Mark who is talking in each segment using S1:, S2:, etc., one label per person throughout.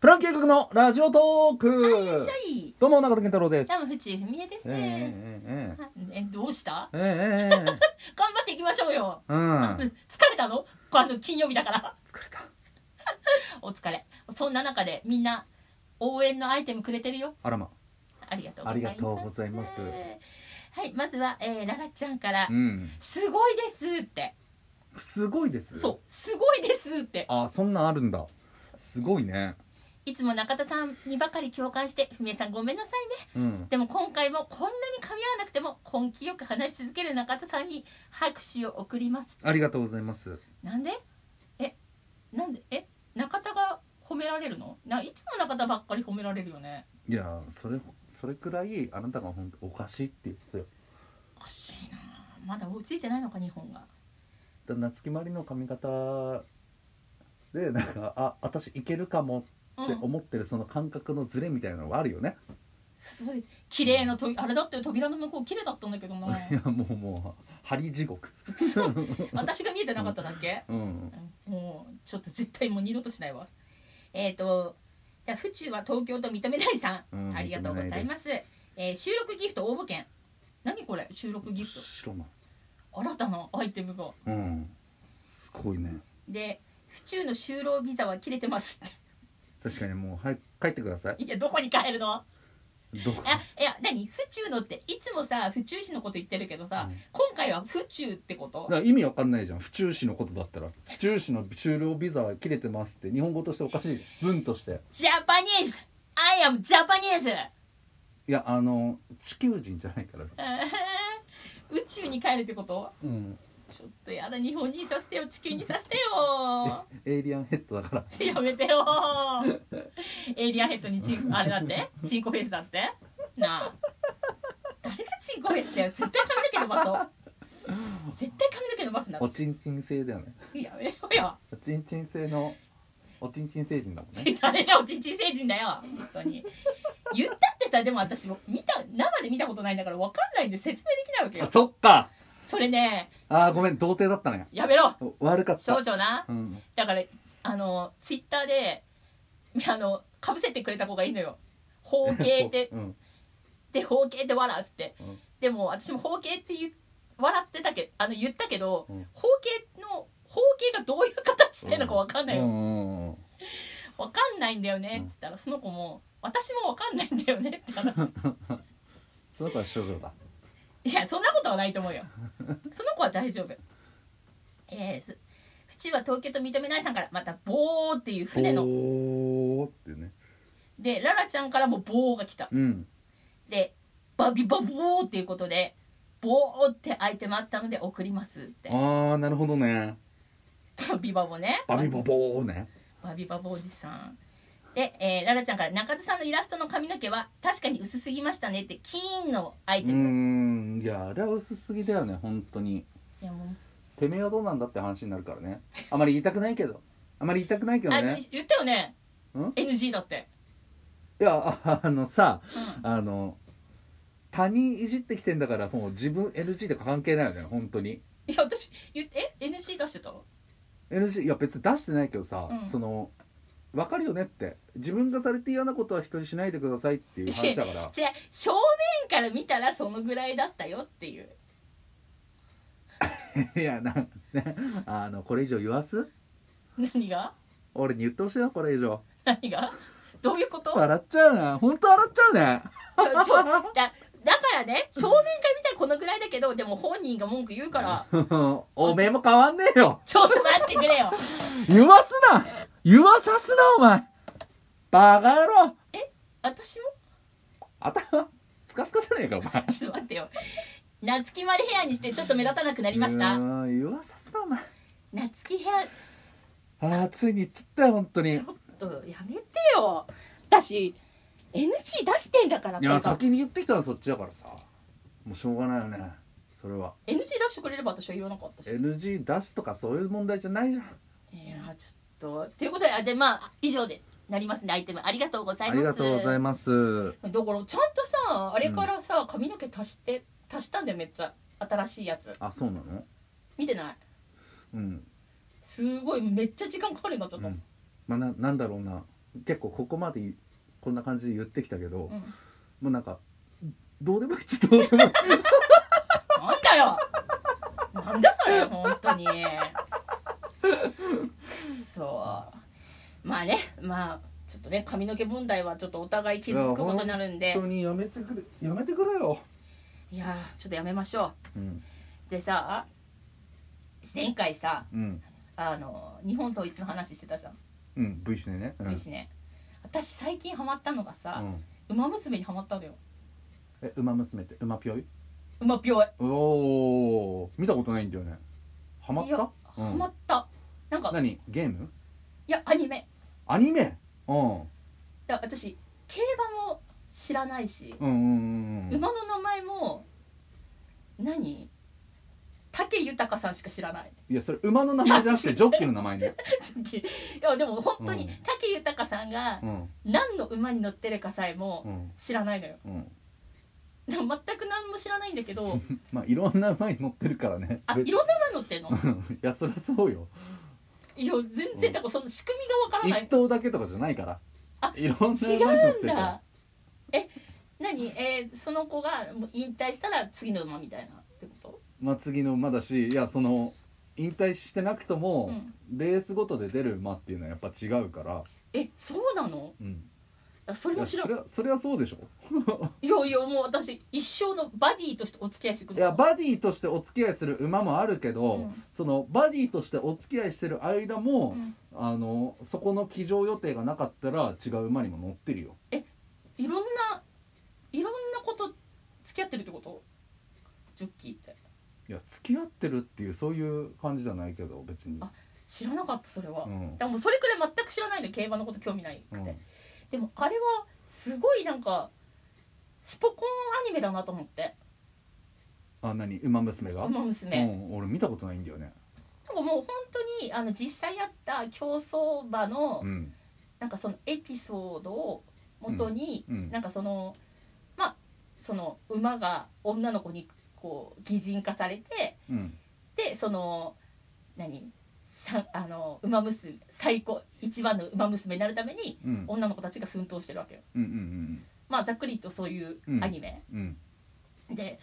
S1: プラン計画のラジオトー
S2: よっ
S1: ク
S2: しゃい
S1: どうも中田健太郎です
S2: どうも藤井文江です、
S1: ええ
S2: あえどうした
S1: えええええええええ
S2: 頑張っていきましょうよ、
S1: うん
S2: 疲れたのあの金曜日だから
S1: 疲れた
S2: お疲れそんな中でみんな応援のアイテムくれてるよ
S1: あらま
S2: ありがとう
S1: ありがとうご
S2: ざい
S1: ざいま
S2: ますすはいまずは、えー、ララちゃんから、
S1: うん
S2: すごいですって
S1: すごいです
S2: そうすごいですって
S1: あそんなんあるんだすごいね
S2: いつも中田さんにばかり共感して文江さんごめんなさいね
S1: うん
S2: でも今回もこんなに噛み合わなくても根気よく話し続ける中田さんに拍手を送ります
S1: ありがとうございます
S2: なんでえなんでえ中田が褒められるのないつも中田ばっかり褒められるよね
S1: いやそれそれくらいあなたが本当おかしいって言って
S2: おかしいなまだ追いついてないのか日本が
S1: た夏木マリの髪型でなんかあ私いけるかも
S2: う
S1: って
S2: ん
S1: 思ってるその感覚のズレみたいなのはあるよね、
S2: すごい綺麗なとあれだって扉の向こう綺麗だったんだけど ない
S1: やもうもうハリ地獄
S2: 私が見えてなかっただけ
S1: うん
S2: もうちょっと絶対もう二度としないわえっ、とじゃあ府中は東京と認めないさ、
S1: うんん
S2: ありがとうございます
S1: 認めなです
S2: えー収録ギフト応募券何これ収録ギフ
S1: 知らない
S2: ト新たなアイテムが
S1: うんすごいね
S2: で府中の就労ビザは切れてますっ
S1: 確かにもうはい帰ってくださ
S2: ていやどこに帰るの
S1: いどう
S2: あいや何府中のっていつもさ府中市のこと言ってるけどさ、
S1: うん
S2: 今回は府中ってこと
S1: だから意味わかんないじゃん府中市のことだったら府中市の就労ビザは切れてますって日本語としておかしい文として
S2: ジャパニーズ I am ジャパニーズ
S1: いやあの地球人じゃないから
S2: 宇宙に帰るってこと
S1: うん
S2: ちょっとやだ日本にいさせてよ地球にいさせて よ
S1: エイリアンヘッドだから
S2: やめてよエイリアンヘッドにチンあれだってチンコフェイスだってなあ誰がチンコフェイスだよ絶対髪の毛伸ばそう絶対髪の毛伸ばすな
S1: おちんちん製だよね
S2: やめろよ
S1: おちんちん製のおちんちん星人だもんね
S2: 誰がおちんちん成人だよ本当に言ったってさでも私も見た生で見たことないんだから分かんないんで説明できないわけ
S1: あ
S2: よ
S1: そっか
S2: それね
S1: あーごめん童貞だったね
S2: やめろ
S1: 悪かった
S2: 少女な
S1: うん
S2: だからあのツイッターであのかぶせてくれた子がいいのよ包 茎って
S1: うん
S2: で包茎って笑うっつって、
S1: うん
S2: でも私も包茎って言う笑ってたけあの言ったけど
S1: うん
S2: 包茎の包茎がどういう形してんのか分かんないよ、
S1: うんうん
S2: 分かんないんだよねっつったらその子も私も分かんないんだよねって話
S1: その子は少女だ
S2: いやそんなことはないと思うよその子は大丈夫えー、す府中は東京と認めないさんからまた「棒」っていう船の
S1: おーってね
S2: でララちゃんからも「棒」が来た
S1: うん
S2: で「バビバボー」っていうことで「棒」ってアイテムあったので送りますって
S1: ああなるほどね
S2: バビバボね
S1: バビボボーね
S2: バビバボおじさんで、えー、ララちゃんから中田さんのイラストの髪の毛は確かに薄すぎましたねって金のアイ
S1: うー
S2: テム、
S1: んいやあれは薄すぎだよね本当に
S2: いやもう
S1: てめえはどうなんだって話になるからねあまり言いたくないけどあまり言いたくないけど
S2: あ
S1: ね
S2: 言ったよね
S1: ん
S2: NG だって、
S1: いやああのさ
S2: うん、
S1: あの他人いじってきてんだからもう自分 NG とか関係ないよね本当に
S2: いや私言ってえ NG 出してた
S1: NG いや別に出してないけどさ、
S2: うん
S1: その分かるよねって自分がされて嫌なことは人にしないでくださいっていう話だから
S2: 違う正面から見たらそのぐらいだったよっていう
S1: いやなんかねあのこれ以上言わす
S2: 何が
S1: 俺に言ってほしいなこれ以上
S2: 何がどういうこと
S1: 笑っちゃうね本当笑っちゃうね
S2: ちょちょだだからね正面から見たらこのぐらいだけどでも本人が文句言うから
S1: おめえも変わんねえよ
S2: ちょっと待ってくれよ
S1: 言わすな言わさすなお前バカ野郎
S2: 私も
S1: 頭スカスカじゃねえかお前
S2: ちょっと待ってよ夏木マリヘアにしてちょっと目立たなくなりまし
S1: う
S2: た
S1: ーん言わさすなお前
S2: 夏木ヘア
S1: あーついに行っちゃったよ本当に
S2: ち
S1: い
S2: ょっとやめてよ私 NG 出してんだから
S1: や
S2: 今度
S1: 先に言ってきたのそっちだからさもうしょうがないよねそれは
S2: NG 出してくれれば私は言わなかったし
S1: NG 出すとかそういう問題じゃないじゃん
S2: いやちょっとということであでまあ以上でなりますねアイテムありがとうござい
S1: あ
S2: ます
S1: りがとうございます
S2: だからちゃんとさあれからさ、髪の毛足して足したんだよめっちゃ新しいやつ
S1: あそうなの
S2: 見てない
S1: うん
S2: すごいめっちゃ時間かかるようになっちゃった、
S1: うんまあななんだろうな結構ここまでこんな感じで言ってきたけど、
S2: うん、
S1: もう
S2: なん
S1: なんかどうでもいいっちゃどうでもいい
S2: だよなんだそれ本当にくそうまあねまあちょっとね髪の毛問題はちょっとお互い傷つくことになるんで
S1: 本当にやめてくれやめてくれよ、
S2: いやーちょっとやめましょ
S1: うん
S2: うでさ前回さ
S1: うん
S2: あの日本統一の話してたじゃん
S1: うん、V シネね、うん
S2: いいしね私最近ハマったのが
S1: う
S2: さ
S1: ん、
S2: 「ウマ娘」にハマったのよ
S1: え馬娘って馬ぴょい
S2: ウマピョイ
S1: おお見たことないんだよねハマっ
S2: いや
S1: た、う
S2: ハ
S1: ん
S2: マったなんか
S1: 何ゲーム
S2: いやアニメ
S1: アニメうん
S2: だ私競馬も知らないし
S1: うんうんうんうん
S2: 馬の名前も何武豊さんしか知らない
S1: いやそれ馬の名前じゃなくてジョッキーの名前ね、
S2: いやでも本当に
S1: うん
S2: 武豊さんが
S1: うん
S2: 何の馬に乗ってるかさえ
S1: う
S2: も
S1: ん
S2: 知らないのよ
S1: うん、
S2: でも全く何も知らないんだ けど
S1: まあいろんな馬に乗ってるからね
S2: あいろんな馬乗ってんの
S1: うんいやそりゃそうよ
S2: いや全然だからその仕組みがわからない
S1: 一頭だけとかじゃないから
S2: あ
S1: いろんな馬に
S2: 違
S1: 乗っ
S2: う
S1: てる
S2: ん
S1: から
S2: だえ何えーその子がもう引退したら次の馬みたいなってこと
S1: まあ次の馬だしいやその引退してなくとも、
S2: うん
S1: レースごとで出る馬っていうのはやっぱ違うから、
S2: えそうなの
S1: うん、
S2: あそ
S1: い
S2: れも
S1: や
S2: 知
S1: そ
S2: らん
S1: りゃそりゃそうでしょ
S2: いやいやもう私一生のバディとしてお付き合いしてく
S1: い
S2: る
S1: やバディとしてお付き合いする馬もあるけど、
S2: うん
S1: そのバディとしてお付き合いしてる間も、
S2: うん
S1: あのそこの騎乗予定がなかったら違う馬にも乗ってるよ
S2: いろんないろんなこと付き合ってるってことジョッキーって
S1: いや付き合ってるっていうそういう感じじゃないけど別に
S2: あ知らなかったそれは、
S1: うん
S2: でもそれくらい全く知らないの競馬のこと興味ないく
S1: う
S2: て、
S1: ん
S2: でもあれはすごいなんかスポコンアニメだなと思って
S1: あ何馬娘
S2: 「
S1: が
S2: ウマ娘」
S1: うん、俺見たことないんだよね
S2: なんかもう本当にあの実際やった競走馬の
S1: うん
S2: なんかそのエピソードを元に、
S1: うん
S2: なんかそのまあその馬が女の子にこう擬人化されて
S1: うん
S2: でその何さあの馬娘最高一番の馬娘になるために
S1: うんうん
S2: 女の子たちが奮闘してるわけよ。
S1: うんうん
S2: まあ、ざっくりとそういうアニメ、
S1: うんうん
S2: で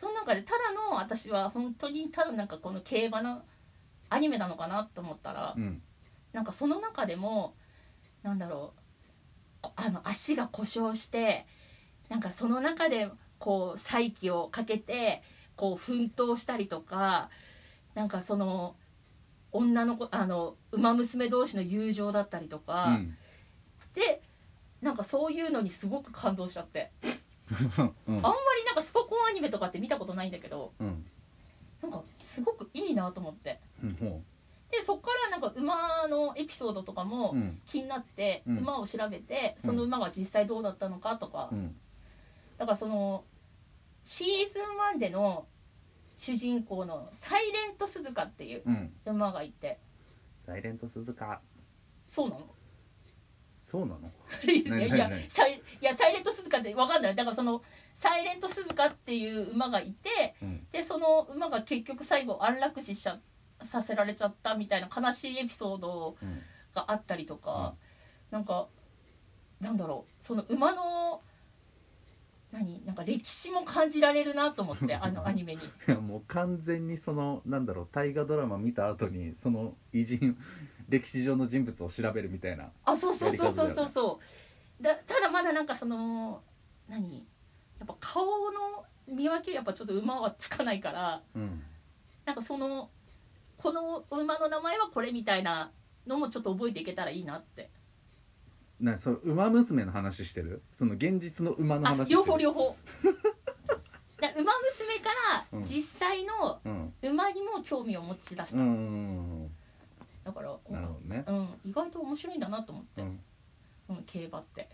S2: その中でただの私は本当にただなんかこの競馬のアニメなのかなと思ったら、
S1: うん
S2: なんかその中でもなんだろうこあの足が故障してなんかその中でこう再起をかけてこう奮闘したりとかなんかその女の子あの馬娘同士の友情だったりとか、
S1: うん
S2: でなんかそういうのにすごく感動しちゃって
S1: うん
S2: あんまりなんかスポコンアニメとかって見たことないんだけど
S1: うん
S2: なんかすごくいいなと思って
S1: うんほ
S2: でそっからなんか馬のエピソードとかも、
S1: ううん
S2: 気になって
S1: うん
S2: 馬を調べて、
S1: うん
S2: その馬が実際どうだったのかとか、
S1: うん
S2: だからそのシーズン1での主人公のサイレント鈴鹿っていう
S1: うん
S2: 馬がいて
S1: サイレント鈴鹿
S2: そうなの
S1: そうなの
S2: いや
S1: ねえね
S2: い
S1: え
S2: や
S1: ねえ
S2: サイいやサイレント鈴鹿って分かんないだからそのサイレント鈴鹿っていう馬がいて
S1: うん
S2: でその馬が結局最後安楽死しちゃさせられちゃったみたいな悲しいエピソードを
S1: うん
S2: があったりとか、なんかなんだろうその馬の何なんか歴史も感じられるなと思っ てあのアニメに
S1: いやもう完全にそのなんだろう大河ドラマ見た後にその偉人歴史上の人物を調べるみたいな
S2: あそうそうそうそうそう
S1: やり
S2: そうだただまだなんかその何やっぱ顔の見分けやっぱちょっと馬はつかないから
S1: うん
S2: なんかそのこの馬の名前はこれみたいなのもちょっと覚えていけたらいいなって
S1: なその馬娘の話してるその現実の馬の
S2: あ
S1: 話してる
S2: 両方 両方だ馬娘から実際の、
S1: うん
S2: 馬にも興味を持ち出し
S1: う
S2: た、
S1: んうん
S2: だから
S1: うんなるほどね
S2: うん、意外と面白いんだなと思って、
S1: う
S2: うん
S1: ん
S2: 競馬 って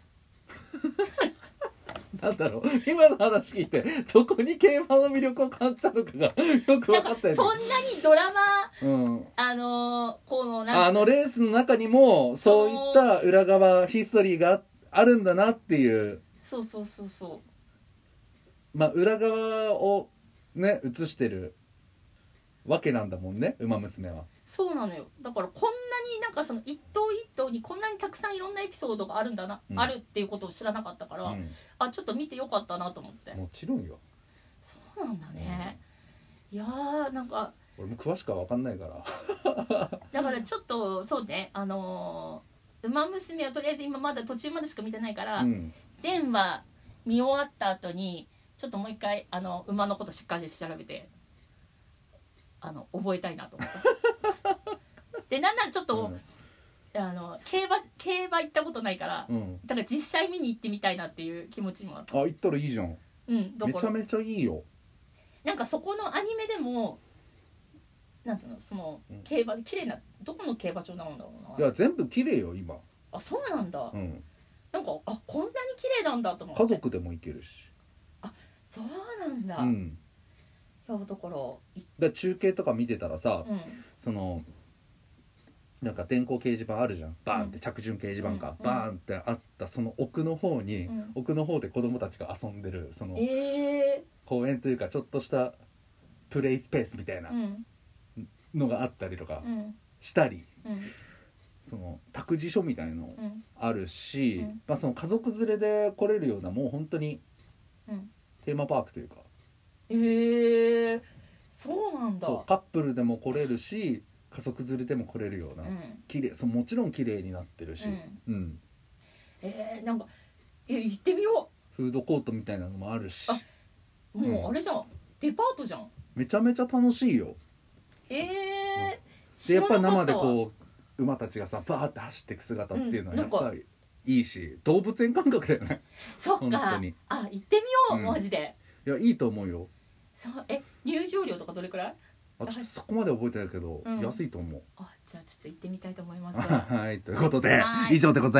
S1: なんだろう今の話聞いてどこに競馬の魅力を感じたのかが よく
S2: な
S1: 分
S2: ん
S1: か
S2: か
S1: ったよ
S2: そんなにドラマ
S1: うん
S2: あのーこのな
S1: あ
S2: んか
S1: のレースの中にもそういった裏側ヒストリーがあるんだなっていう
S2: そうそうそうそ
S1: まあ裏側をね映してるわけなんだもんね「馬娘は」
S2: うそうなのよだからこんなになんかその一頭一頭にこんなにたくさんいろんなエピソードがあるんだな、
S1: うん
S2: あるっていうことを知らなかったから、
S1: うん
S2: あちょっと見てよかったなと思って
S1: もちろんよ
S2: そうなんだね、いやーなんか
S1: 俺も詳しくは分かんないから
S2: だからちょっとそうねあのー「ウマ娘」はとりあえず今まだ途中までしか見てないから、
S1: うん
S2: 全話見終わった後にちょっともう一回あの馬のことしっかり調べてあの覚えたいなと思った でなんならちょっと、あの競馬競馬行ったことないから、
S1: うん、
S2: だから実際見に行ってみたいなっていう気持ちもあった
S1: あ行ったらいいじゃん
S2: うんだ
S1: め
S2: か
S1: ちゃ
S2: ら
S1: めちゃいいよ
S2: なんかそこのアニメでもなんつうのその
S1: うん
S2: 競馬綺麗などこの競馬場なんだろ
S1: い
S2: うな
S1: や全部綺麗よ今、
S2: あそうなんだ、
S1: うん、
S2: なんかあこんなに綺麗なんだと思って
S1: 家族でも行けるし、
S2: そうなんだ、
S1: う
S2: い
S1: ん、
S2: やだからい
S1: だから中継とか見てたらさ、
S2: うん
S1: そのなんか電光掲示板あるじゃんバーンって着順掲示板か、
S2: うん
S1: バーンってあったその奥の方に、
S2: うん
S1: 奥の方で子供たちが遊んでるその
S2: え
S1: 公園というかちょっとしたプレイスペースみたい
S2: え
S1: な
S2: うん
S1: のがあったりとか
S2: うん
S1: したり、
S2: うん
S1: その託児所みたいの
S2: うん
S1: あるし、
S2: うん
S1: まあ、その家族連れで来れるようなもう本当に
S2: うん
S1: テーマパークというか
S2: ええそうなんだ
S1: そうカップルでも来れるし家族連れでも来れるような、
S2: うん
S1: 綺麗そうもちろん綺麗になってるし、
S2: うん
S1: うん
S2: ええなんかえ行ってみよ
S1: フードコートみたいなのもあるし
S2: あうも
S1: うん
S2: うあれじゃん、デパートじゃん
S1: めちゃめちゃ楽しいよ
S2: ええ
S1: でやっぱ生で
S2: う
S1: こう馬たちがさバーって走っていく姿っていうのは
S2: うん
S1: やっぱりいいし、動物園感覚だよね
S2: そっ
S1: 本当
S2: か
S1: に
S2: あ行ってみよう、
S1: うん
S2: マジで
S1: いやいいと思うよ
S2: そうえ入場料とかどれくらい
S1: あちょっとそこまで覚えてないけど、
S2: うん
S1: 安いと思う
S2: あじゃあちょっと行ってみたいと思います
S1: はいということで
S2: はい
S1: 以上でございます